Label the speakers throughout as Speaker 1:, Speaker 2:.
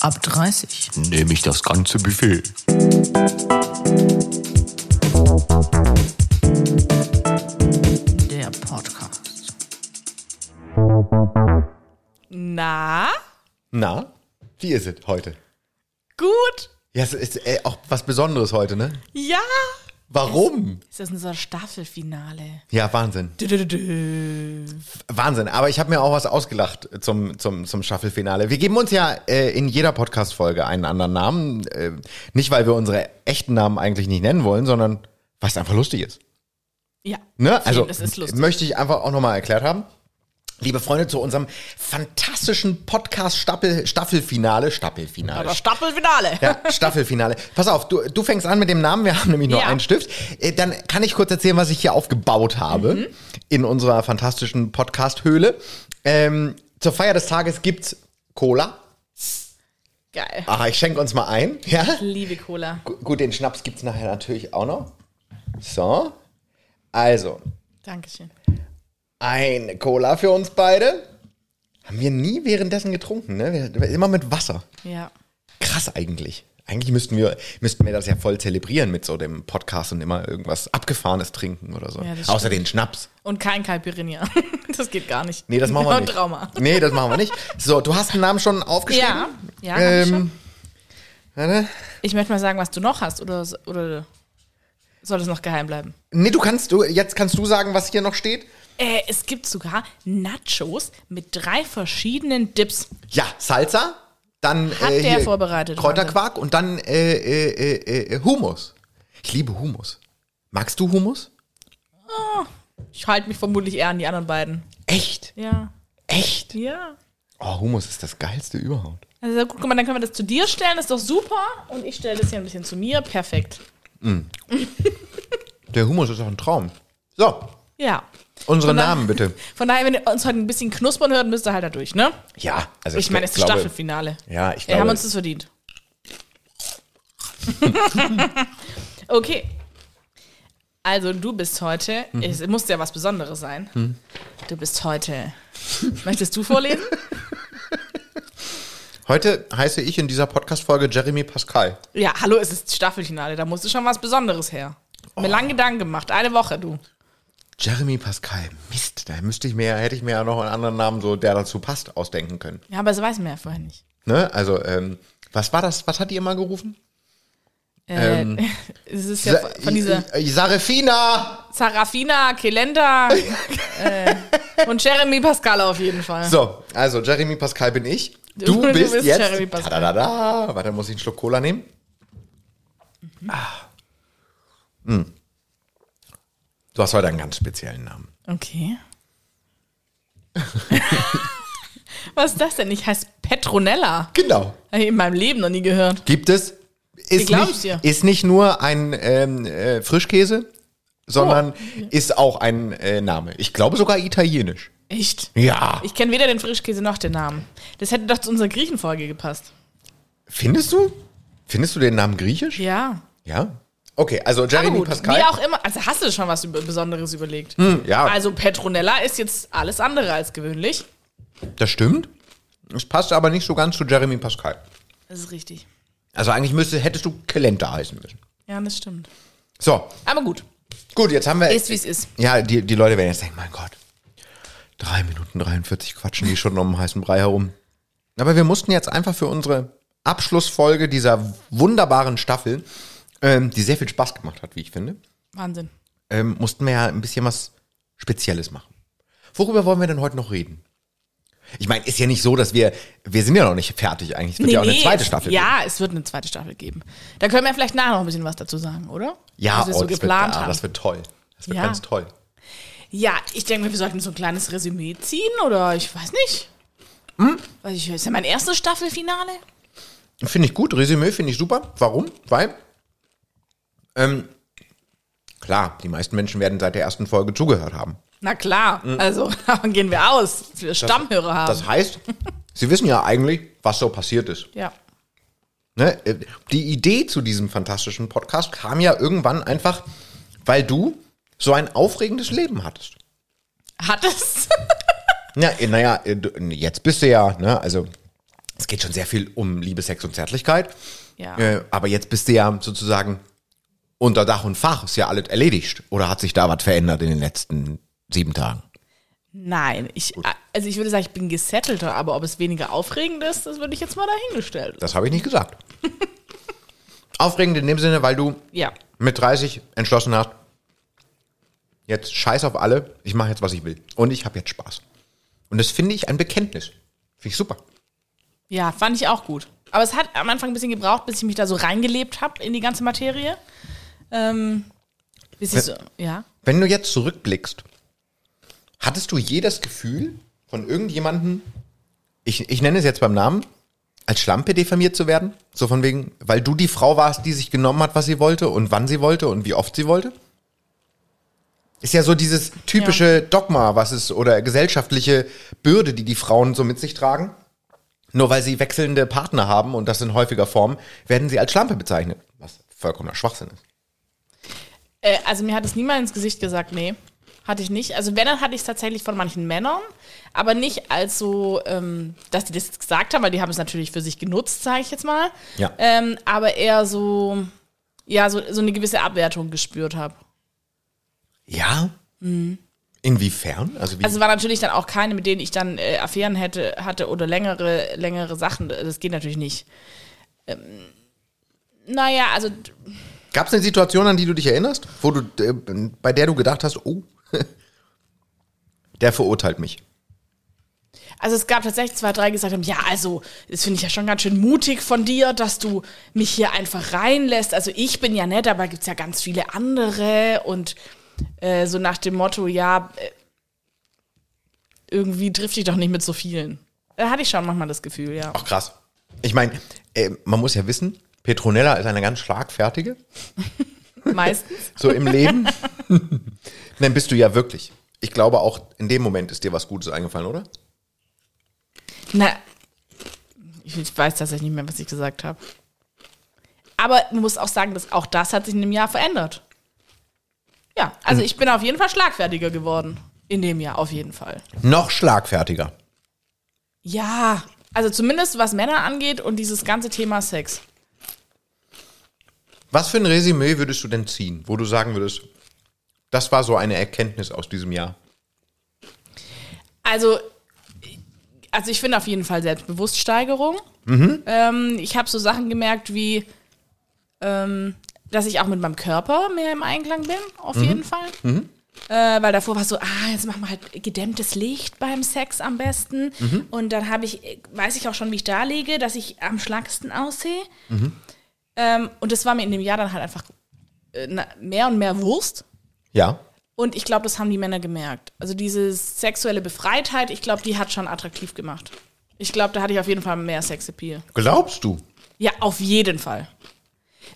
Speaker 1: Ab 30.
Speaker 2: Nehme ich das ganze Buffet.
Speaker 1: Der Podcast.
Speaker 3: Na?
Speaker 4: Na, wie ist es heute?
Speaker 3: Gut?
Speaker 4: Ja, es ist äh, auch was Besonderes heute, ne?
Speaker 3: Ja?
Speaker 4: Warum?
Speaker 3: Ist das unser Staffelfinale?
Speaker 4: Ja, Wahnsinn.
Speaker 3: Dü -dü -dü -dü.
Speaker 4: Wahnsinn. Aber ich habe mir auch was ausgelacht zum, zum, zum Staffelfinale. Wir geben uns ja äh, in jeder Podcast-Folge einen anderen Namen. Äh, nicht, weil wir unsere echten Namen eigentlich nicht nennen wollen, sondern weil es einfach lustig ist.
Speaker 3: Ja.
Speaker 4: Ne? Also
Speaker 3: das ist lustig.
Speaker 4: möchte ich einfach auch nochmal erklärt haben. Liebe Freunde, zu unserem fantastischen Podcast-Staffelfinale. Staffelfinale.
Speaker 3: Aber Staffelfinale.
Speaker 4: Ja, Staffelfinale. Pass auf, du, du fängst an mit dem Namen. Wir haben nämlich nur
Speaker 3: Ja.
Speaker 4: einen Stift. Äh, Dann kann ich kurz erzählen, was ich hier aufgebaut habe in unserer fantastischen Podcast-Höhle. Ähm, zur Feier des Tages gibt's Cola.
Speaker 3: Geil.
Speaker 4: Ach, ich schenke uns mal ein. Ja.
Speaker 3: Liebe Cola.
Speaker 4: Gu- Gut, den Schnaps gibt's nachher natürlich auch noch. So. Also,
Speaker 3: Dankeschön.
Speaker 4: eine Cola für uns beide. Haben wir nie währenddessen getrunken, ne? Wir- Immer mit Wasser.
Speaker 3: Ja.
Speaker 4: Krass eigentlich. Eigentlich müssten wir, müssten wir das ja voll zelebrieren mit so dem Podcast und immer irgendwas Abgefahrenes trinken oder so.
Speaker 3: Ja, das
Speaker 4: Außer den Schnaps.
Speaker 3: Und kein Calpirinha. Das geht gar nicht.
Speaker 4: Nee, das machen wir
Speaker 3: Und
Speaker 4: nicht.
Speaker 3: Trauma.
Speaker 4: Nee, das machen wir nicht. So, du hast den Namen schon aufgeschrieben.
Speaker 3: Ja. Ja, hab ich
Speaker 4: Ähm,
Speaker 3: schon.
Speaker 4: warte.
Speaker 3: Ich möchte mal sagen, was du noch hast. Oder, oder soll das noch geheim bleiben?
Speaker 4: Nee, du kannst du, jetzt kannst du sagen, was hier noch steht.
Speaker 3: Äh, es gibt sogar Nachos mit drei verschiedenen Dips.
Speaker 4: Ja, Salsa, dann
Speaker 3: Hat
Speaker 4: äh,
Speaker 3: der
Speaker 4: hier
Speaker 3: vorbereitet,
Speaker 4: Kräuterquark und dann äh, äh, äh, äh, Hummus. Ich liebe Hummus. Magst du Hummus?
Speaker 3: Ich halte mich vermutlich eher an die anderen beiden.
Speaker 4: Echt?
Speaker 3: Ja.
Speaker 4: Echt?
Speaker 3: Ja.
Speaker 4: Oh, Hummus ist das geilste überhaupt.
Speaker 3: Also gut, guck mal, dann können wir das zu dir stellen, das ist doch super. Und ich stelle das hier ein bisschen zu mir. Perfekt.
Speaker 4: Der Hummus ist doch ein Traum. So,
Speaker 3: Ja.
Speaker 4: unsere
Speaker 3: Von da-
Speaker 4: Namen bitte.
Speaker 3: Von daher, wenn ihr uns heute ein bisschen knuspern hört, müsst ihr halt da durch, ne?
Speaker 4: Ja, also
Speaker 3: Ich meine, es ist
Speaker 4: glaube-
Speaker 3: Staffelfinale.
Speaker 4: Ja, ich
Speaker 3: Wir
Speaker 4: glaube.
Speaker 3: haben uns das verdient. okay. Also, du bist heute,
Speaker 4: Mhm.
Speaker 3: es muss ja was Besonderes sein.
Speaker 4: Hm.
Speaker 3: Du bist heute. Möchtest du vorlesen?
Speaker 4: Heute heiße ich in dieser Podcast-Folge Jeremy Pascal.
Speaker 3: ja, hallo, es ist Staffelfinale, da musste schon was Besonderes her.
Speaker 4: Oh.
Speaker 3: Mir lang Gedanken gemacht, eine Woche, du.
Speaker 4: Jeremy Pascal, Mist, da müsste ich mir, hätte ich mir ja noch einen anderen Namen, so der dazu passt, ausdenken können.
Speaker 3: Ja, aber das weiß man ja vorher nicht.
Speaker 4: Ne? Also, ähm, was war das? Was hat die immer gerufen?
Speaker 3: Äh, es ist ja von- von dieser
Speaker 4: I- I- Sarafina!
Speaker 3: Sarafina, Kelenda äh, und Jeremy Pascal auf jeden Fall.
Speaker 4: So, also Jeremy Pascal bin ich. Du,
Speaker 3: Du
Speaker 4: bist,
Speaker 3: bist
Speaker 4: jetzt.
Speaker 3: Jeremy Pascal.
Speaker 4: Tadadada. Warte, muss ich einen Schluck Cola nehmen? Ah.
Speaker 3: Mhm.
Speaker 4: Hm. Du hast heute einen ganz speziellen Namen.
Speaker 3: Okay. Was ist das denn? Ich heiße Petronella.
Speaker 4: Genau.
Speaker 3: Hab ich in meinem Leben noch nie gehört.
Speaker 4: Gibt es. Ist
Speaker 3: glaub's
Speaker 4: nicht,
Speaker 3: dir.
Speaker 4: ist nicht nur ein ähm, äh, Frischkäse, sondern
Speaker 3: Oh,
Speaker 4: ist auch ein äh, Name. Ich glaube sogar italienisch.
Speaker 3: Echt?
Speaker 4: Ja.
Speaker 3: Ich kenne weder den Frischkäse noch den Namen. Das hätte doch zu unserer Griechenfolge gepasst.
Speaker 4: Findest du? Findest du den Namen griechisch?
Speaker 3: Ja.
Speaker 4: Ja. Okay, also
Speaker 3: Aber
Speaker 4: Jeremy
Speaker 3: gut,
Speaker 4: Pascal. Hm,
Speaker 3: wie auch immer. Also hast du schon was über Besonderes überlegt?
Speaker 4: ja,
Speaker 3: Also Petronella ist jetzt alles andere als gewöhnlich.
Speaker 4: das stimmt. Es passt aber nicht so ganz zu Jeremy Pascal.
Speaker 3: Das ist richtig.
Speaker 4: Also eigentlich müsste, hättest du Kalender heißen müssen.
Speaker 3: Ja, das stimmt.
Speaker 4: So,
Speaker 3: Aber gut,
Speaker 4: gut, jetzt haben wir.
Speaker 3: ist wie es ist.
Speaker 4: Ja, die, die Leute werden jetzt denken, mein Gott, drei Minuten 43 quatschen die schon um den heißen Brei herum. Aber wir mussten jetzt einfach für unsere Abschlussfolge dieser wunderbaren Staffel, ähm, die sehr viel Spaß gemacht hat, wie ich finde,
Speaker 3: Wahnsinn.
Speaker 4: ähm, mussten wir ja ein bisschen was Spezielles machen. Worüber wollen wir denn heute noch reden? Ich meine, ist ja nicht so, dass wir, wir sind ja noch nicht fertig eigentlich. Es wird ja auch eine zweite
Speaker 3: es-
Speaker 4: Staffel geben.
Speaker 3: Ja, es wird eine zweite Staffel geben. Da können wir vielleicht nachher noch ein bisschen was dazu sagen, oder?
Speaker 4: Ja,
Speaker 3: was wir
Speaker 4: oh,
Speaker 3: so
Speaker 4: das,
Speaker 3: geplant
Speaker 4: wird, ah,
Speaker 3: haben.
Speaker 4: das wird toll. Das wird
Speaker 3: Ja.
Speaker 4: ganz toll.
Speaker 3: Ja, ich denke, wir sollten so ein kleines Resümee ziehen oder ich weiß nicht.
Speaker 4: Hm?
Speaker 3: Weiß ich, ist ja mein erstes Staffelfinale.
Speaker 4: Finde ich gut. Resümee finde ich super. Warum? Weil, ähm, klar, die meisten Menschen werden seit der ersten Folge zugehört haben.
Speaker 3: Na klar, also davon gehen wir aus, dass wir Stammhörer haben.
Speaker 4: Hm. Das heißt, sie wissen ja eigentlich, was so passiert ist.
Speaker 3: ja.
Speaker 4: Ne? Äh, Die Idee zu diesem fantastischen Podcast kam ja irgendwann einfach, weil du so ein aufregendes Leben hattest.
Speaker 3: Hat es?
Speaker 4: Ja, äh, naja, äh, du- jetzt bist du ja, ne, also Es geht schon sehr viel um Liebe, Sex und Zärtlichkeit.
Speaker 3: Ja.
Speaker 4: Äh, aber jetzt bist du ja sozusagen unter Dach und Fach. Ist ja alles erledigt. Oder hat sich da was verändert in den letzten sieben Tagen?
Speaker 3: Nein, ich, also ich würde sagen, ich bin gesettelter, aber ob es weniger aufregend ist, das würde ich jetzt mal dahingestellt.
Speaker 4: Das habe ich nicht gesagt. Aufregend in dem Sinne, weil du
Speaker 3: Ja.
Speaker 4: mit 30 entschlossen hast, jetzt scheiß auf alle, ich mache jetzt, was ich will. Und ich habe jetzt Spaß. Und das finde ich ein Bekenntnis. Finde ich super.
Speaker 3: Ja, fand ich auch gut. Aber es hat am Anfang ein bisschen gebraucht, bis ich mich da so reingelebt habe in die ganze Materie. Ähm, bis ich so, ja.
Speaker 4: Wenn du jetzt zurückblickst, hattest du je das Gefühl von irgendjemandem, ich, ich nenne es jetzt beim Namen, als Schlampe diffamiert zu werden? So von wegen, weil du die Frau warst, die sich genommen hat, was sie wollte und wann sie wollte und wie oft sie wollte? Ist ja so dieses typische Dogma, was es oder gesellschaftliche Bürde, die die Frauen so mit sich tragen. Nur weil sie wechselnde Partner haben und das in häufiger Form, werden sie als Schlampe bezeichnet. Was vollkommener Schwachsinn ist.
Speaker 3: Äh, also mir hat es niemand ins Gesicht gesagt, nee. Hatte ich nicht. Also wenn, dann hatte ich es tatsächlich von manchen Männern, aber nicht als so, ähm, dass die das jetzt gesagt haben, weil die haben es natürlich für sich genutzt, sage ich jetzt mal.
Speaker 4: Ja.
Speaker 3: Ähm, aber eher so, ja, so, so eine gewisse Abwertung gespürt habe.
Speaker 4: Ja. Inwiefern? Also, wie,
Speaker 3: Also war natürlich dann auch keine, mit denen ich dann äh, Affären hätte, hatte oder längere, längere Sachen. Das geht natürlich nicht. Ähm, naja, also
Speaker 4: gab es eine Situation, an die du dich erinnerst, wo du, äh, bei der du gedacht hast, oh, der verurteilt mich.
Speaker 3: Also es gab tatsächlich zwei, drei, die gesagt haben, ja, also, das finde ich ja schon ganz schön mutig von dir, dass du mich hier einfach reinlässt. Also ich bin ja nett, aber gibt's ja ganz viele andere. Und äh, so nach dem Motto, ja, äh, irgendwie trifft dich doch nicht mit so vielen. Da hatte ich schon manchmal das Gefühl, ja.
Speaker 4: Ach krass. Ich meine, äh, man muss ja wissen, Petronella ist eine ganz schlagfertige,
Speaker 3: Meistens.
Speaker 4: so im Leben. Nein, bist du ja wirklich. Ich glaube, auch in dem Moment ist dir was Gutes eingefallen, oder?
Speaker 3: Na, ich weiß tatsächlich nicht mehr, was ich gesagt habe. Aber man muss auch sagen, dass auch das hat sich in dem Jahr verändert. Ja, also ich bin auf jeden Fall schlagfertiger geworden. In dem Jahr, auf jeden Fall.
Speaker 4: Noch schlagfertiger.
Speaker 3: Ja, also zumindest was Männer angeht und dieses ganze Thema Sex.
Speaker 4: Was für ein Resümee würdest du denn ziehen, wo du sagen würdest, das war so eine Erkenntnis aus diesem Jahr?
Speaker 3: Also, also ich finde auf jeden Fall Selbstbewusststeigerung. Ähm, ich habe so Sachen gemerkt wie, ähm, dass ich auch mit meinem Körper mehr im Einklang bin, auf jeden Fall. Äh, weil davor war so, ah, jetzt machen wir halt gedämmtes Licht beim Sex am besten. Und dann habe ich, äh, weiß ich auch schon, wie ich da liege, dass ich am schlanksten aussehe. Ähm, und das war mir in dem Jahr dann halt einfach äh, na, mehr und mehr Wurst.
Speaker 4: Ja.
Speaker 3: Und ich glaube, das haben die Männer gemerkt. Also diese sexuelle Befreitheit, ich glaube, die hat schon attraktiv gemacht. Ich glaube, da hatte ich auf jeden Fall mehr Sexappeal.
Speaker 4: Glaubst du?
Speaker 3: Ja, auf jeden Fall.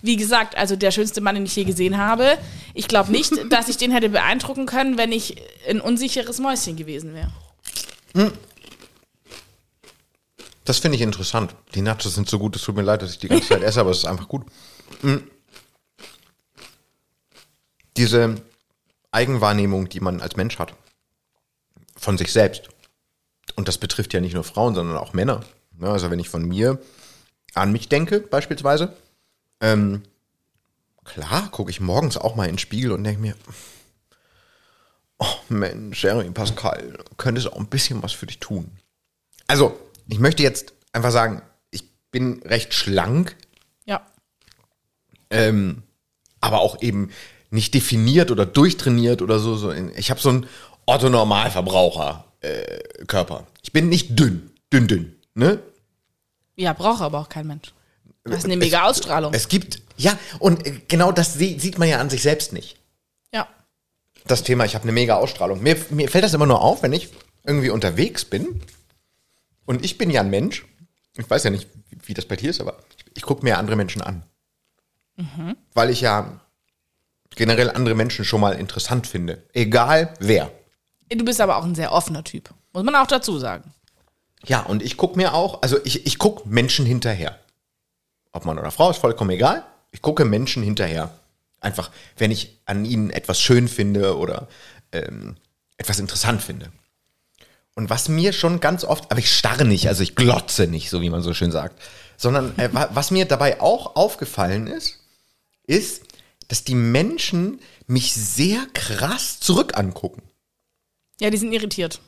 Speaker 3: Wie gesagt, also der schönste Mann, den ich je gesehen habe. Ich glaube nicht, dass ich den hätte beeindrucken können, wenn ich ein unsicheres Mäuschen gewesen wäre.
Speaker 4: Das finde ich interessant. Die Nachos sind so gut, es tut mir leid, dass ich die ganze Zeit esse, aber es ist einfach gut. Mm. Diese Eigenwahrnehmung, die man als Mensch hat, von sich selbst. Und das betrifft ja nicht nur Frauen, sondern auch Männer. Ne, Also wenn ich von mir an mich denke, beispielsweise, ähm, klar, gucke ich morgens auch mal in den Spiegel und denke mir, oh Mensch, Jeremy Pascal, du könntest auch ein bisschen was für dich tun. Also, ich möchte jetzt einfach sagen, ich bin recht schlank,
Speaker 3: Ja.
Speaker 4: ähm, aber auch eben nicht definiert oder durchtrainiert oder so. so in, ich habe so einen Otto-Normalverbraucher-Körper. ich bin nicht dünn, dünn, dünn. Ne?
Speaker 3: Ja, braucht aber auch kein Mensch. Das ist eine mega Ausstrahlung.
Speaker 4: Es gibt, ja, und äh, genau das sie- sieht man ja an sich selbst nicht.
Speaker 3: Ja.
Speaker 4: das Thema, ich habe eine mega Ausstrahlung. Mir, mir fällt das immer nur auf, wenn ich irgendwie unterwegs bin. Und ich bin ja ein Mensch. Ich weiß ja nicht, wie, wie das bei dir ist, aber ich, ich gucke mir andere Menschen an. Weil ich ja generell andere Menschen schon mal interessant finde. Egal wer.
Speaker 3: Du bist aber auch ein sehr offener Typ. Muss man auch dazu sagen.
Speaker 4: Ja, und ich gucke mir auch, also ich, ich gucke Menschen hinterher. Ob Mann oder Frau, ist vollkommen egal. Ich gucke Menschen hinterher. Einfach, wenn ich an ihnen etwas schön finde oder ähm, etwas interessant finde. Und was mir schon ganz oft, aber ich starre nicht, also ich glotze nicht, so wie man so schön sagt, sondern äh, wa- was mir dabei auch aufgefallen ist, ist, dass die Menschen mich sehr krass zurück angucken.
Speaker 3: Ja, die sind irritiert.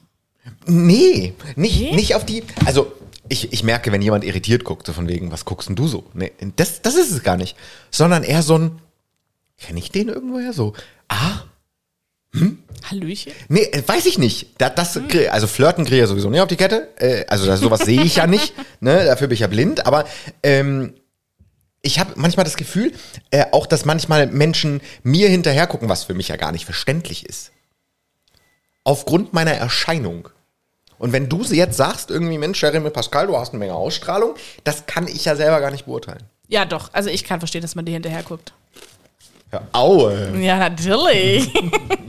Speaker 4: Nee, nicht, nicht auf die. Also, ich, ich merke, wenn jemand irritiert guckt, so von wegen, was guckst denn du so? Nee, das, das ist es gar nicht. Sondern eher so ein, kenne ich den irgendwoher so? Ah,
Speaker 3: Hallöchen.
Speaker 4: nee, äh, weiß ich nicht. Da, das,
Speaker 3: Hm.
Speaker 4: krieg- Also, flirten kriege ich ja sowieso nicht auf die Kette. Äh, also, das, sowas sehe ich ja nicht. Ne? Dafür bin ich ja blind. Aber ähm, ich habe manchmal das Gefühl, äh, auch, dass manchmal Menschen mir hinterher gucken, was für mich ja gar nicht verständlich ist. Aufgrund meiner Erscheinung. Und wenn du sie jetzt sagst, irgendwie, Mensch, Jeremy Pascal, du hast eine Menge Ausstrahlung, das kann ich ja selber gar nicht beurteilen.
Speaker 3: Ja, doch. Also ich kann verstehen, dass man dir hinterher guckt.
Speaker 4: Ja, aue.
Speaker 3: Ja, natürlich.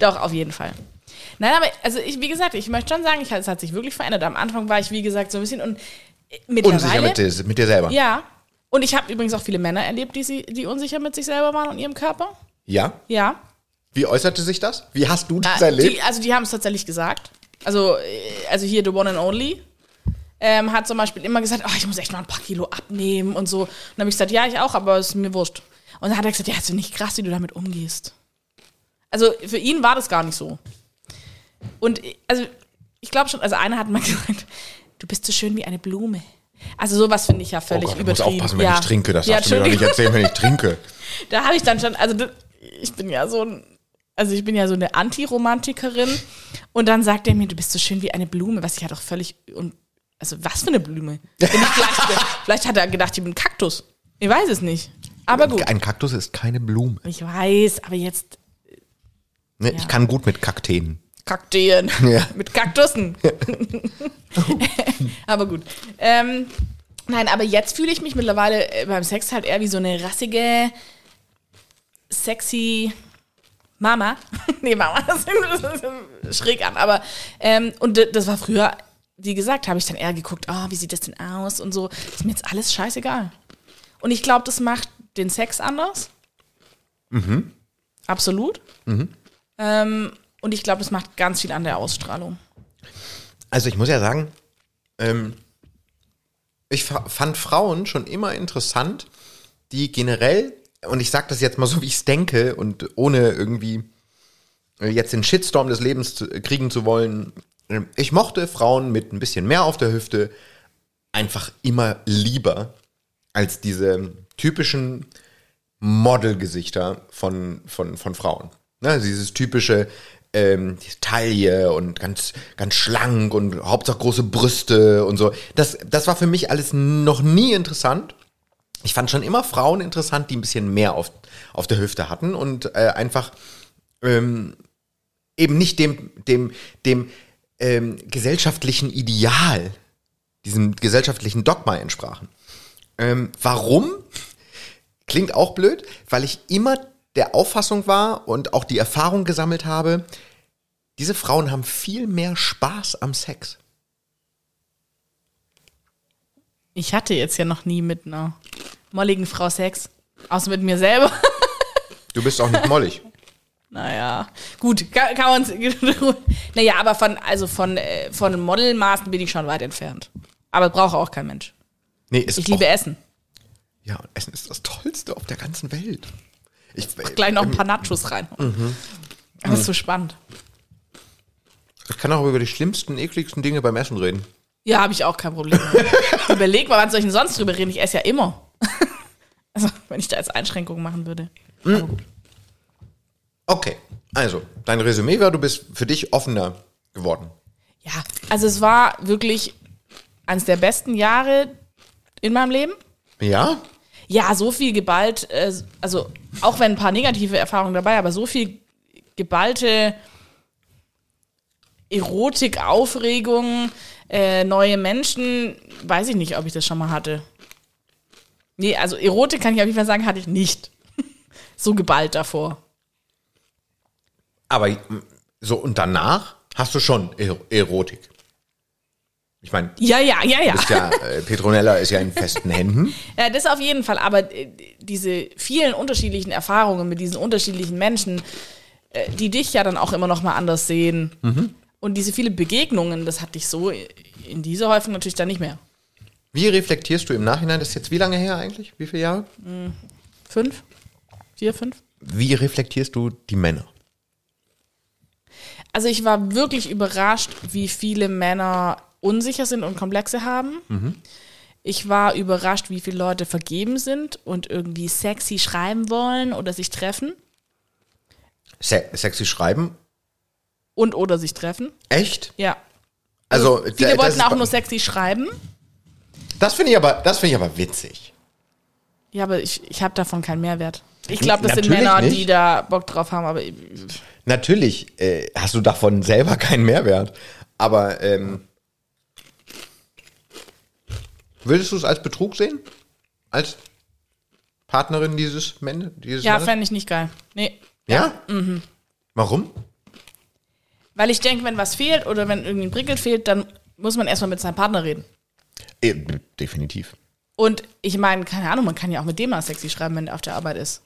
Speaker 3: Doch, auf jeden Fall. Nein, aber also ich, wie gesagt, ich möchte schon sagen, ich, es hat sich wirklich verändert. Am Anfang war ich, wie gesagt, so ein bisschen und
Speaker 4: Unsicher
Speaker 3: mittlerweile.
Speaker 4: mit dir, mit dir selber.
Speaker 3: ja. Und ich habe übrigens auch viele Männer erlebt, die, sie, die unsicher mit sich selber waren und ihrem Körper.
Speaker 4: Ja?
Speaker 3: Ja.
Speaker 4: Wie äußerte sich das? Wie hast du das
Speaker 3: Ah,
Speaker 4: erlebt?
Speaker 3: Die, also die haben es tatsächlich gesagt. Also, äh, also hier The One and Only ähm, hat zum Beispiel immer gesagt, oh, ich muss echt mal ein paar Kilo abnehmen und so. Und dann habe ich gesagt, ja, ich auch, aber ist mir wurscht. Und dann hat er gesagt, ja, ist doch nicht krass, wie du damit umgehst. Also für ihn war das gar nicht so. Und äh, also ich glaube schon, also einer hat mal gesagt, du bist so schön wie eine Blume. Also sowas finde ich ja völlig
Speaker 4: Oh ich muss
Speaker 3: übertrieben.
Speaker 4: aufpassen, wenn
Speaker 3: ja.
Speaker 4: ich trinke. Das
Speaker 3: ja,
Speaker 4: darfst du mir doch nicht
Speaker 3: Entschuldigung.
Speaker 4: erzählen, wenn ich trinke.
Speaker 3: Da habe ich dann schon, also das- ich bin ja so ein, also ich bin ja so eine Antiromantikerin. Und dann sagt er mir, du bist so schön wie eine Blume, was ich ja doch völlig und also was für eine Blume? Bin ich vielleicht, vielleicht hat er gedacht, ich bin ein Kaktus. Ich weiß es nicht. Aber gut.
Speaker 4: Ein Kaktus ist keine Blume.
Speaker 3: Ich weiß, aber jetzt
Speaker 4: Ne?
Speaker 3: Ja.
Speaker 4: Ich kann gut mit Kakteen.
Speaker 3: Kakteen.
Speaker 4: Ja.
Speaker 3: Mit Kaktussen. aber gut. Ähm, nein, aber jetzt fühle ich mich mittlerweile äh, beim Sex halt eher wie so eine rassige, sexy Mama. nee, Mama, das ist schräg an. Aber, ähm, und d- das war früher, wie gesagt, habe ich dann eher geguckt, ah, wie sieht das denn aus und so. Ist mir jetzt alles scheißegal. Und ich glaube, das macht den Sex anders. Absolut. Ähm, und ich glaube, das macht ganz viel an der Ausstrahlung.
Speaker 4: Also ich muss ja sagen, ähm, ich fa- fand Frauen schon immer interessant, die generell, und ich sage das jetzt mal so, wie ich es denke und ohne irgendwie äh, jetzt den Shitstorm des Lebens zu, äh, kriegen zu wollen, ähm, ich mochte Frauen mit ein bisschen mehr auf der Hüfte einfach immer lieber als diese typischen Modelgesichter von, von, von Frauen. Ne? Also Dieses typische ähm, diese Taille und ganz, ganz schlank und Hauptsache große Brüste und so. Das, das war für mich alles noch nie interessant. Ich fand schon immer Frauen interessant, die ein bisschen mehr auf, auf der Hüfte hatten und äh, einfach ähm, eben nicht dem, dem, dem ähm, gesellschaftlichen Ideal, diesem gesellschaftlichen Dogma entsprachen. Ähm, warum? Klingt auch blöd, weil ich immer der Auffassung war und auch die Erfahrung gesammelt habe, diese Frauen haben viel mehr Spaß am Sex.
Speaker 3: Ich hatte jetzt ja noch nie mit einer molligen Frau Sex. Außer mit mir selber.
Speaker 4: Du bist auch nicht mollig.
Speaker 3: Naja, gut, kann, kann man's. naja, aber von, also von, äh, von Modelmaßen bin ich schon weit entfernt. Aber braucht auch kein Mensch.
Speaker 4: Nee, ist
Speaker 3: Ich liebe
Speaker 4: auch,
Speaker 3: Essen.
Speaker 4: Ja, und Essen ist das Tollste auf der ganzen Welt. Ich,
Speaker 3: Gleich noch ein paar Nachos rein. Aber ist so spannend.
Speaker 4: ich kann auch über die schlimmsten, ekligsten Dinge beim Essen reden.
Speaker 3: Ja, habe ich auch kein Problem. mit. Überleg mal, wann soll ich denn sonst drüber reden? Ich esse ja immer. also, wenn ich da jetzt Einschränkungen machen würde.
Speaker 4: Okay, also, dein Resümee war, du bist für dich offener geworden.
Speaker 3: Ja, also es war wirklich eines der besten Jahre in meinem Leben.
Speaker 4: Ja?
Speaker 3: Ja, so viel geballt, äh, also auch wenn ein paar negative Erfahrungen dabei, aber so viel geballte Erotik, Aufregung, äh, neue Menschen, weiß ich nicht, ob ich das schon mal hatte. Nee, also Erotik kann ich auf jeden Fall sagen, hatte ich nicht. so geballt davor.
Speaker 4: Aber mm, so und danach hast du schon Er Erotik. Ich meine,
Speaker 3: Ja, ja, ja, ja.
Speaker 4: ja, äh, Petronella ist ja in festen Händen.
Speaker 3: Ja, das auf jeden Fall, aber äh, diese vielen unterschiedlichen
Speaker 4: Mhm.
Speaker 3: Erfahrungen mit diesen unterschiedlichen Menschen, äh, die dich ja dann auch immer noch mal anders sehen Und diese viele Begegnungen, das hatte ich so in dieser Häufung natürlich dann nicht mehr.
Speaker 4: Wie reflektierst du im Nachhinein? Das ist jetzt wie lange her eigentlich? Wie viele Jahre?
Speaker 3: Fünf? Vier, fünf?
Speaker 4: Wie reflektierst du die Männer?
Speaker 3: Also ich war wirklich überrascht, wie viele Männer unsicher sind und Komplexe haben.
Speaker 4: Mhm.
Speaker 3: Ich war überrascht, wie viele Leute vergeben sind und irgendwie sexy schreiben wollen oder sich treffen.
Speaker 4: Se sexy schreiben?
Speaker 3: Und oder sich treffen.
Speaker 4: Echt?
Speaker 3: Ja.
Speaker 4: Also,
Speaker 3: Viele
Speaker 4: da- das
Speaker 3: wollten
Speaker 4: ist
Speaker 3: auch
Speaker 4: bei-
Speaker 3: nur sexy schreiben.
Speaker 4: Das finde ich aber, das finde ich aber witzig.
Speaker 3: Ja, aber ich, ich habe davon keinen Mehrwert. Ich glaube, das sind
Speaker 4: Natürlich
Speaker 3: Männer,
Speaker 4: nicht.
Speaker 3: die da Bock drauf haben, aber
Speaker 4: Natürlich äh, hast du davon selber keinen Mehrwert, aber ähm, würdest du es als Betrug sehen? Als Partnerin dieses Männer? Dieses
Speaker 3: ja,
Speaker 4: Mannes?
Speaker 3: fände ich nicht geil. Nee.
Speaker 4: ja? Warum?
Speaker 3: Weil ich denke, wenn was fehlt oder wenn irgendwie ein Prickel fehlt, dann muss man erstmal mit seinem Partner reden.
Speaker 4: Äh, definitiv.
Speaker 3: Und ich meine, keine Ahnung, man kann ja auch mit dem mal sexy schreiben, wenn er auf der Arbeit ist.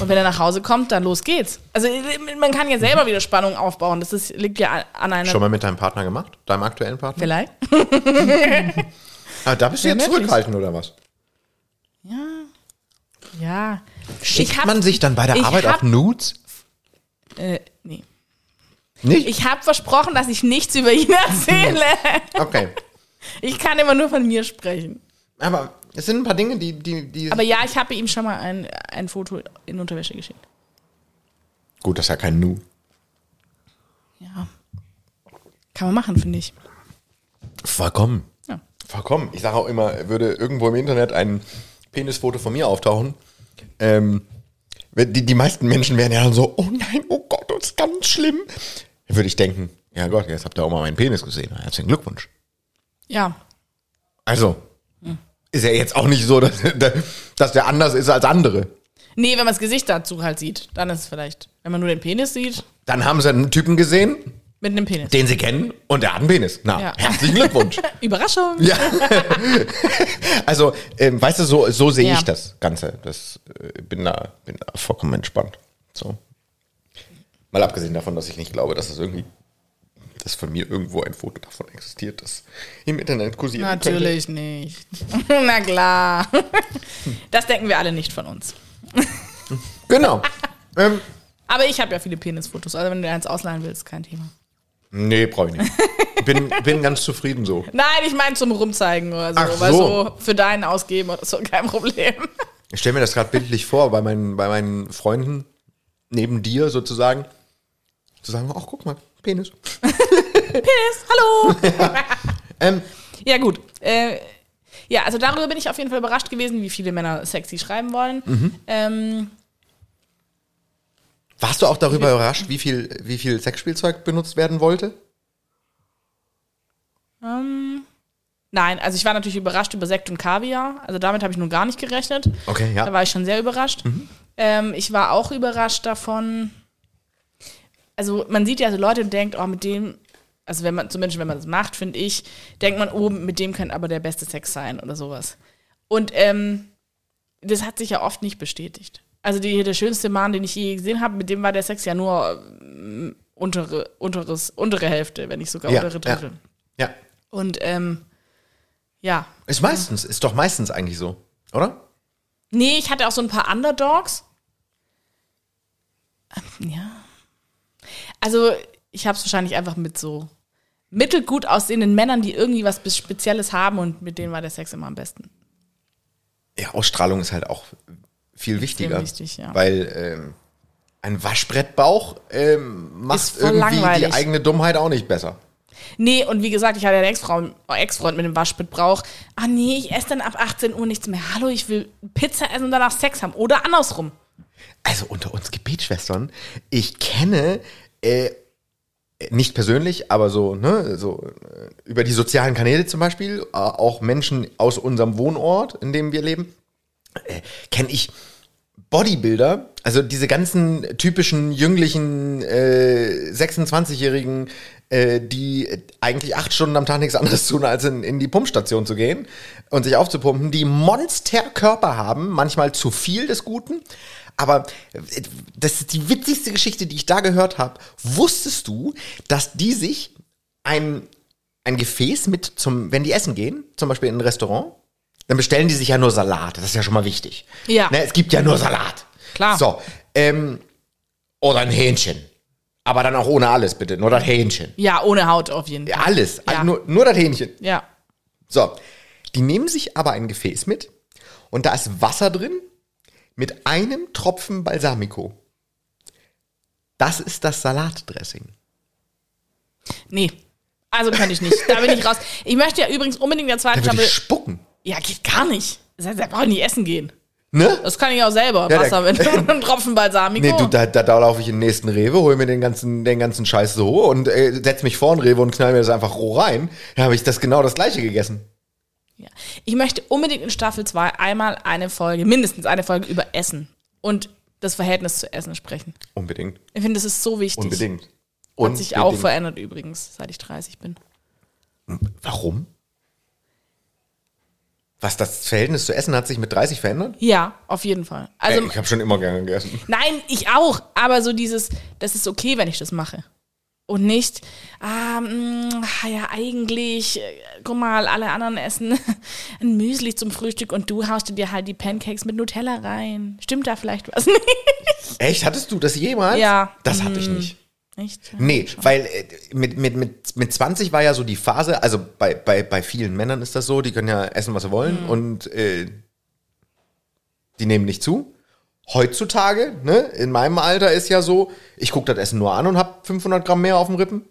Speaker 3: Und wenn er nach Hause kommt, dann los geht's. Also äh, man kann ja selber wieder Spannung aufbauen. Das ist, liegt ja an- an einer.
Speaker 4: Mhm. Schon mal mit deinem Partner gemacht? Deinem aktuellen Partner?
Speaker 3: Vielleicht.
Speaker 4: Ah, da bist du jetzt
Speaker 3: möglich.
Speaker 4: zurückhaltend oder was?
Speaker 3: Ja.
Speaker 4: Schickt
Speaker 3: Ich hab-
Speaker 4: man sich dann bei der
Speaker 3: ich
Speaker 4: Arbeit
Speaker 3: hab-
Speaker 4: auf Nudes?
Speaker 3: Äh, nee.
Speaker 4: Nicht?
Speaker 3: Ich habe versprochen, dass ich nichts über ihn erzähle.
Speaker 4: okay.
Speaker 3: Ich kann immer nur von mir sprechen.
Speaker 4: Aber es sind ein paar Dinge, die. die, die
Speaker 3: Aber ja, ich habe ihm schon mal ein, ein Foto in Unterwäsche geschickt.
Speaker 4: Gut, das ist ja kein Nu.
Speaker 3: Ja. Kann man machen, finde ich.
Speaker 4: Vollkommen.
Speaker 3: Ja.
Speaker 4: Vollkommen. Ich sage auch immer, würde irgendwo im Internet ein Penisfoto von mir auftauchen. Ähm, wenn die, die meisten Menschen wären ja dann so, oh nein, oh Gott, das ist ganz schlimm. Dann Würde ich denken, ja Gott, jetzt habt ihr auch mal meinen Penis gesehen. Herzlichen Glückwunsch.
Speaker 3: Ja.
Speaker 4: Also, ist ja jetzt auch nicht so, dass, dass der anders ist als andere.
Speaker 3: Nee, wenn man das Gesicht dazu halt sieht, dann ist es vielleicht. Wenn man nur den Penis sieht,
Speaker 4: Dann haben sie einen Typen gesehen,
Speaker 3: mit einem Penis.
Speaker 4: den sie kennen und der hat einen Penis. Na,
Speaker 3: Ja.
Speaker 4: herzlichen Glückwunsch.
Speaker 3: Überraschung.
Speaker 4: Ja. also, ähm, weißt du, so, so sehe
Speaker 3: Ja.
Speaker 4: ich das Ganze. Das äh, bin, da, bin da vollkommen entspannt. So. Mal abgesehen davon, dass ich nicht glaube, dass es irgendwie, dass von mir irgendwo ein Foto davon existiert, das im Internet kursiert.
Speaker 3: Natürlich nicht. Na klar. Das denken wir alle nicht von uns.
Speaker 4: Genau. ähm,
Speaker 3: Aber ich habe ja viele Penisfotos. Also wenn du dir eins ausleihen willst, kein Thema.
Speaker 4: nee, brauche ich nicht. Bin, bin ganz zufrieden so.
Speaker 3: Nein, ich meine zum Rumzeigen oder so.
Speaker 4: Ach
Speaker 3: Weil
Speaker 4: so.
Speaker 3: so für deinen ausgeben oder so, kein Problem.
Speaker 4: Ich stelle mir das gerade bildlich vor, bei meinen, bei meinen Freunden neben dir sozusagen, zu sagen, ach, guck mal, Penis.
Speaker 3: Hallo.
Speaker 4: Ähm,
Speaker 3: Ja, gut. Äh, ja, also darüber bin ich auf jeden Fall überrascht gewesen, wie viele Männer sexy schreiben wollen. Ähm,
Speaker 4: Warst du auch darüber überrascht, wie viel, wie viel Sexspielzeug benutzt werden wollte?
Speaker 3: ähm, nein, also ich war natürlich überrascht über Sekt und Kaviar. Also damit habe ich nun gar nicht gerechnet.
Speaker 4: Okay,
Speaker 3: Da war ich schon sehr überrascht.
Speaker 4: Mhm.
Speaker 3: Ähm, ich war auch überrascht davon. Also man sieht ja so Leute und denkt, oh, mit dem, also wenn man, zumindest wenn man es macht, finde ich, denkt man, oh, mit dem kann aber der beste Sex sein oder sowas. Und ähm, das hat sich ja oft nicht bestätigt. Also die, der schönste Mann, den ich je gesehen habe, mit dem war der Sex ja nur ähm, untere, unteres, untere Hälfte, wenn nicht sogar
Speaker 4: Ja,
Speaker 3: untere
Speaker 4: ja.
Speaker 3: Drittel.
Speaker 4: Ja.
Speaker 3: Und ähm, ja,
Speaker 4: Ist meistens, ist doch meistens eigentlich so, oder?
Speaker 3: Nee, ich hatte auch so ein paar Underdogs. Ähm, Ja. Also, ich habe es wahrscheinlich einfach mit so mittelgut aussehenden Männern, die irgendwie was bis Spezielles haben und mit denen war der Sex immer am besten.
Speaker 4: Ja, Ausstrahlung ist halt auch viel wichtiger.
Speaker 3: wichtig, ja.
Speaker 4: Weil ähm, ein Waschbrettbauch ähm, macht
Speaker 3: Ist voll
Speaker 4: irgendwie die
Speaker 3: langweilig.
Speaker 4: eigene Dummheit auch nicht besser.
Speaker 3: Nee, und wie gesagt, ich hatte einen Ex-Freund Ex mit dem Waschbrettbrauch. Ah nee, ich esse dann ab 18 Uhr nichts mehr. Hallo, ich will Pizza essen und danach Sex haben. Oder andersrum.
Speaker 4: Also unter uns Gebetsschwestern, ich kenne, äh, nicht persönlich, aber so, ne, so äh, über die sozialen Kanäle zum Beispiel, äh, auch Menschen aus unserem Wohnort, in dem wir leben, äh, kenne ich Bodybuilder, also diese ganzen typischen jünglichen äh, 26-Jährigen, äh, die äh, eigentlich acht Stunden am Tag nichts anderes tun, als in, in die Pumpstation zu gehen und sich aufzupumpen, die Monsterkörper haben, manchmal zu viel des Guten. Aber äh, das ist die witzigste Geschichte, die ich da gehört habe. Wusstest du, dass die sich ein, ein Gefäß mit zum, wenn die essen gehen, zum Beispiel in ein Restaurant, dann bestellen die sich ja nur Salat. Das ist ja schon mal wichtig.
Speaker 3: Ja.
Speaker 4: Ne, es gibt ja nur Salat.
Speaker 3: Klar.
Speaker 4: So. Ähm, oder ein Hähnchen. Aber dann auch ohne alles, bitte. Nur das Hähnchen.
Speaker 3: Ja, ohne Haut auf jeden Fall.
Speaker 4: Alles. Also
Speaker 3: Ja.
Speaker 4: Nur, nur das Hähnchen.
Speaker 3: Ja.
Speaker 4: So, die nehmen sich aber ein Gefäß mit und da ist Wasser drin mit einem Tropfen Balsamico. Das ist das Salatdressing.
Speaker 3: Nee. Also kann ich nicht. Da bin ich raus. Ich möchte ja übrigens unbedingt der zweiten
Speaker 4: Da würde
Speaker 3: Staffel.
Speaker 4: ich spucken.
Speaker 3: Ja, geht gar nicht. Da brauche ich nicht essen gehen.
Speaker 4: Ne?
Speaker 3: Das kann ich auch selber.
Speaker 4: Ja,
Speaker 3: Wasser
Speaker 4: der-
Speaker 3: mit einem Tropfen Balsamico.
Speaker 4: Nee, du, da, da, da laufe ich in den nächsten Rewe, hol mir den ganzen, den ganzen Scheiß so und äh, setz mich vor den Rewe und knall mir das einfach roh rein. Da habe ich das genau das gleiche gegessen.
Speaker 3: Ja. Ich möchte unbedingt in Staffel 2 einmal eine Folge, mindestens eine Folge über Essen und das Verhältnis zu Essen sprechen.
Speaker 4: Unbedingt.
Speaker 3: Ich finde, das ist so wichtig.
Speaker 4: Unbedingt.
Speaker 3: Hat sich auch verändert übrigens, seit ich 30 bin.
Speaker 4: Warum? Was das Verhältnis zu essen hat sich mit 30 verändert?
Speaker 3: Ja, auf jeden Fall. Also,
Speaker 4: Ey, ich habe schon immer gerne gegessen.
Speaker 3: nein, ich auch, aber so dieses, das ist okay, wenn ich das mache. Und nicht, ah, mh, ah, ja, eigentlich, äh, guck mal, alle anderen essen ein Müsli zum Frühstück und du haust dir halt die Pancakes mit Nutella rein. Stimmt da vielleicht was nicht?
Speaker 4: Echt? Hattest du das jemals?
Speaker 3: Ja.
Speaker 4: Das hatte ich nicht.
Speaker 3: Echt?
Speaker 4: Nee, weil äh, mit, mit, mit, mit 20 war ja so die Phase, also bei, bei, bei vielen Männern ist das so, die können ja essen, was sie
Speaker 3: Mhm.
Speaker 4: wollen und äh, die nehmen nicht zu. Heutzutage, ne, in meinem Alter ist ja so, ich gucke das Essen nur an und habe 500 Gramm mehr auf dem Rippen.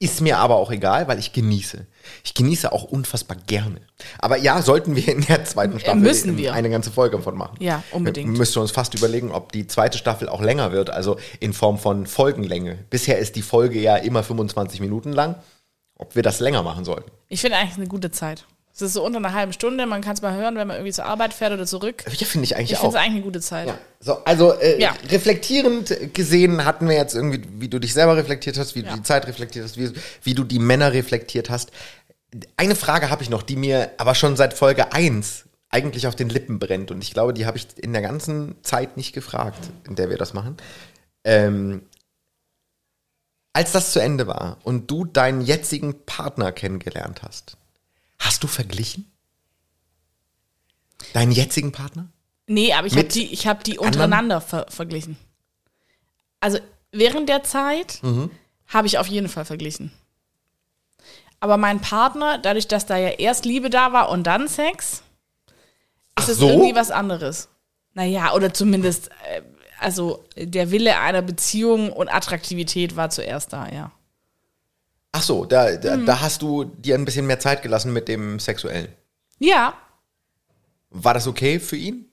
Speaker 4: Ist mir aber auch egal, weil ich genieße. Ich genieße auch unfassbar gerne. Aber ja, sollten wir in der zweiten Staffel
Speaker 3: Äh, müssen wir.
Speaker 4: eine ganze Folge von machen.
Speaker 3: Ja, unbedingt.
Speaker 4: Wir müssten uns fast überlegen, ob die zweite Staffel auch länger wird, also in Form von Folgenlänge. Bisher ist die Folge ja immer 25 Minuten lang. Ob wir das länger machen sollten.
Speaker 3: Ich finde eigentlich eine gute Zeit. Es ist so unter einer halben Stunde, man kann es mal hören, wenn man irgendwie zur Arbeit fährt oder zurück.
Speaker 4: Ja, finde ich eigentlich
Speaker 3: Ich finde es
Speaker 4: auch.
Speaker 3: eigentlich eine gute Zeit.
Speaker 4: Ja. So, also äh,
Speaker 3: Ja.
Speaker 4: reflektierend gesehen hatten wir jetzt irgendwie, wie du dich selber reflektiert hast, wie
Speaker 3: Ja.
Speaker 4: du die Zeit reflektiert hast, wie, wie du die Männer reflektiert hast. Eine Frage habe ich noch, die mir aber schon seit Folge 1 eigentlich auf den Lippen brennt. Und ich glaube, die habe ich in der ganzen Zeit nicht gefragt, in der wir das machen. Ähm, als das zu Ende war und du deinen jetzigen Partner kennengelernt hast, hast du verglichen? Deinen jetzigen Partner?
Speaker 3: Nee, aber ich habe
Speaker 4: Mit
Speaker 3: die, ich hab die untereinander ver verglichen. Also während der Zeit
Speaker 4: Mhm.
Speaker 3: habe ich auf jeden Fall verglichen. Aber mein Partner, dadurch, dass da ja erst Liebe da war und dann Sex, ist es
Speaker 4: so?
Speaker 3: irgendwie was anderes. Naja, oder zumindest, äh, also der Wille einer Beziehung und Attraktivität war zuerst da, ja.
Speaker 4: Ach so, da, da,
Speaker 3: Mhm.
Speaker 4: da hast du dir ein bisschen mehr Zeit gelassen mit dem Sexuellen.
Speaker 3: Ja,
Speaker 4: War das okay für ihn?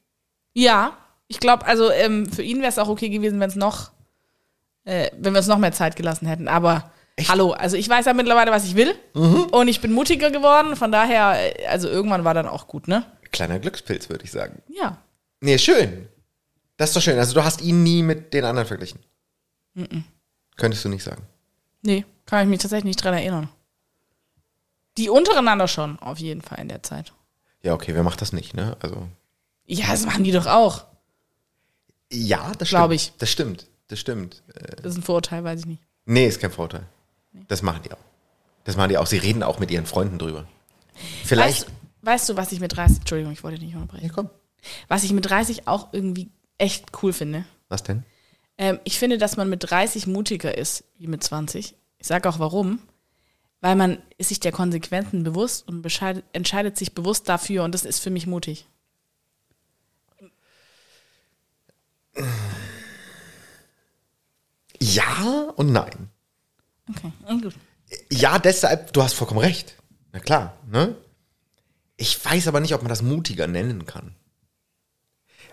Speaker 3: Ja, ich glaube, also ähm, für ihn wäre es auch okay gewesen, wenn es noch, äh, wenn wir uns noch mehr Zeit gelassen hätten. Aber hallo, also ich weiß ja mittlerweile, was ich will
Speaker 4: Mhm.
Speaker 3: und ich bin mutiger geworden. Von daher, äh, also irgendwann war dann auch gut, ne?
Speaker 4: Kleiner Glückspilz, würde ich sagen.
Speaker 3: Ja.
Speaker 4: Nee, schön. Das ist doch schön. Also du hast ihn nie mit den anderen verglichen.
Speaker 3: Mhm.
Speaker 4: Könntest du nicht sagen.
Speaker 3: Nee, kann ich mich tatsächlich nicht dran erinnern. Die untereinander schon, auf jeden Fall in der Zeit.
Speaker 4: Ja, okay, wer macht das nicht, ne? Also.
Speaker 3: Ja, das machen die doch auch.
Speaker 4: Ja, das
Speaker 3: Glaub
Speaker 4: stimmt.
Speaker 3: ich.
Speaker 4: Das stimmt. Das stimmt. Äh,
Speaker 3: Das ist ein Vorurteil, weiß ich nicht.
Speaker 4: nee, ist kein Vorteil. Das machen die auch. Das machen die auch. Sie reden auch mit ihren Freunden drüber. Vielleicht.
Speaker 3: Weißt, weißt du, was ich mit 30, Entschuldigung, ich wollte dich nicht unterbrechen.
Speaker 4: ja, komm.
Speaker 3: Was ich mit 30 auch irgendwie echt cool finde.
Speaker 4: Was denn?
Speaker 3: Ähm, ich finde, dass man mit 30 mutiger ist wie mit 20. Ich sage auch warum. Weil man ist sich der Konsequenzen bewusst und bescheid- entscheidet sich bewusst dafür und das ist für mich mutig.
Speaker 4: Ja und nein.
Speaker 3: Okay, na gut.
Speaker 4: Ja, deshalb, du hast vollkommen recht. Na klar, ne? Ich weiß aber nicht, ob man das mutiger nennen kann.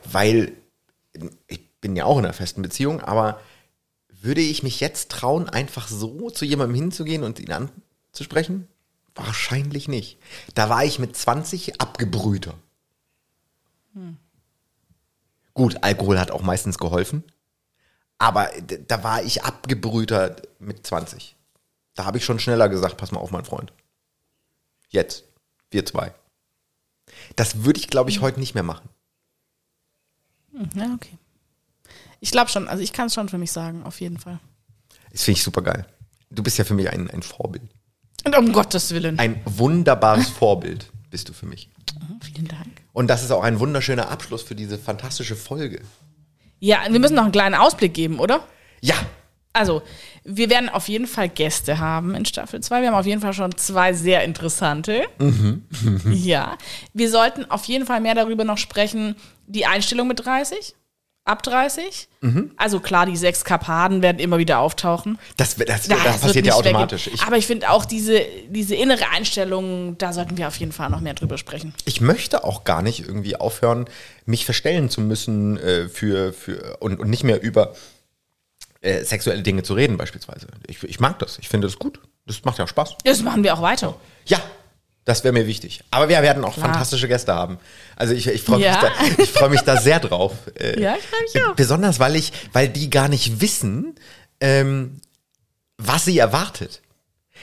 Speaker 4: Weil ich bin ja auch in einer festen Beziehung, aber würde ich mich jetzt trauen, einfach so zu jemandem hinzugehen und ihn anzusprechen? Wahrscheinlich nicht. Da war ich mit 20 abgebrühter. Gut, Alkohol hat auch meistens geholfen, aber d- da war ich abgebrühter mit 20. Da habe ich schon schneller gesagt, pass mal auf, mein Freund. Jetzt. Wir zwei. Das würde ich, glaube ich, heute nicht mehr machen.
Speaker 3: Mhm. Ja, okay. Ich glaube schon, also ich kann es schon für mich sagen, auf jeden Fall.
Speaker 4: Das finde ich super geil. Du bist ja für mich ein, ein Vorbild.
Speaker 3: Und um Gottes Willen.
Speaker 4: Ein wunderbares Vorbild bist du für mich.
Speaker 3: Mhm. Vielen Dank.
Speaker 4: Und das ist auch ein wunderschöner Abschluss für diese fantastische Folge.
Speaker 3: Ja, wir müssen noch einen kleinen Ausblick geben, oder?
Speaker 4: Ja,
Speaker 3: Also, wir werden auf jeden Fall Gäste haben in Staffel 2. Wir haben auf jeden Fall schon zwei sehr interessante.
Speaker 4: Mhm.
Speaker 3: ja. Wir sollten auf jeden Fall mehr darüber noch sprechen, die Einstellung mit 30, ab 30.
Speaker 4: Mhm.
Speaker 3: Also klar, die sechs Karpaden werden immer wieder auftauchen.
Speaker 4: das, das, das,
Speaker 3: Ja, wird
Speaker 4: passiert ja
Speaker 3: nicht weggehen.
Speaker 4: automatisch. Ich,
Speaker 3: Aber ich finde auch diese, diese innere Einstellung, da sollten wir auf jeden Fall noch mehr drüber sprechen.
Speaker 4: ich möchte auch gar nicht irgendwie aufhören, mich verstellen zu müssen äh, für, für und, und nicht mehr über äh, sexuelle Dinge zu reden, beispielsweise. Ich, ich mag das. Ich finde das gut. Das macht ja auch Spaß.
Speaker 3: Das machen wir auch weiter.
Speaker 4: Ja, das wäre mir wichtig. Aber wir werden auch
Speaker 3: Klar.
Speaker 4: fantastische Gäste haben. Also ich, ich freue
Speaker 3: Ja.
Speaker 4: mich, da- ich freu mich da sehr drauf. Äh,
Speaker 3: Ja, ich freu mich auch.
Speaker 4: Besonders, weil ich, weil die gar nicht wissen, ähm, was sie erwartet.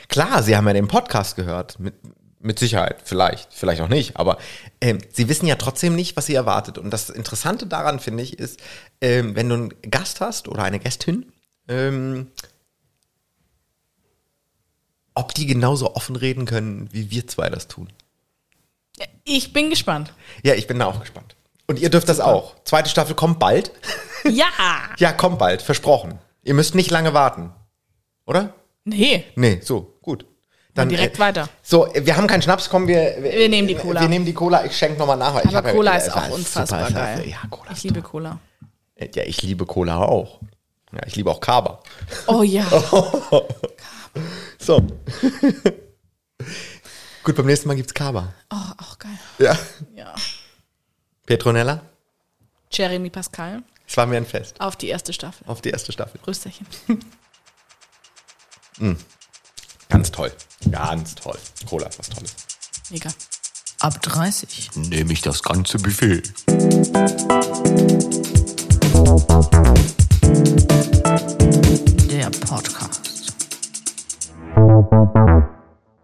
Speaker 4: Klar, sie haben ja den Podcast gehört, mit, mit Sicherheit, vielleicht, vielleicht auch nicht, aber ähm, sie wissen ja trotzdem nicht, was sie erwartet. Und das Interessante daran, finde ich, ist, ähm, wenn du einen Gast hast oder eine Gästin, ähm, ob die genauso offen reden können, wie wir zwei das tun.
Speaker 3: Ich bin gespannt.
Speaker 4: Ja, ich bin da auch gespannt. Und ihr dürft das auch. Zweite Staffel kommt bald.
Speaker 3: Ja!
Speaker 4: Ja, kommt bald, versprochen. Ihr müsst nicht lange warten. Oder?
Speaker 3: Nee,
Speaker 4: Nee, so, gut. Dann
Speaker 3: direkt weiter.
Speaker 4: So, äh, wir haben keinen Schnaps, kommen wir.
Speaker 3: Wir nehmen die Cola.
Speaker 4: Wir nehmen die Cola, ich schenke nochmal nach. weil ich hab
Speaker 3: aber
Speaker 4: ja-
Speaker 3: Cola
Speaker 4: äh,
Speaker 3: ist
Speaker 4: äh,
Speaker 3: auch
Speaker 4: super,
Speaker 3: unfassbar
Speaker 4: ist-
Speaker 3: geil.
Speaker 4: Ja, Cola.
Speaker 3: ich liebe Cola.
Speaker 4: Ist, ja, ich liebe Cola auch. Ja, ich liebe auch Kaba.
Speaker 3: Oh ja.
Speaker 4: So. gut, beim nächsten Mal gibt's Kaba.
Speaker 3: Oh, auch geil.
Speaker 4: Ja.
Speaker 3: Ja.
Speaker 4: Petronella,
Speaker 3: Jeremy Pascal
Speaker 4: es war mir ein Fest.
Speaker 3: auf die erste Staffel.
Speaker 4: Auf die erste Staffel.
Speaker 3: Rösterchen.
Speaker 4: Ganz toll. Ganz toll. Cola ist was Tolles.
Speaker 3: Mega.
Speaker 1: Ab 30.
Speaker 2: Nehme ich das ganze Buffet.
Speaker 1: Der Podcast.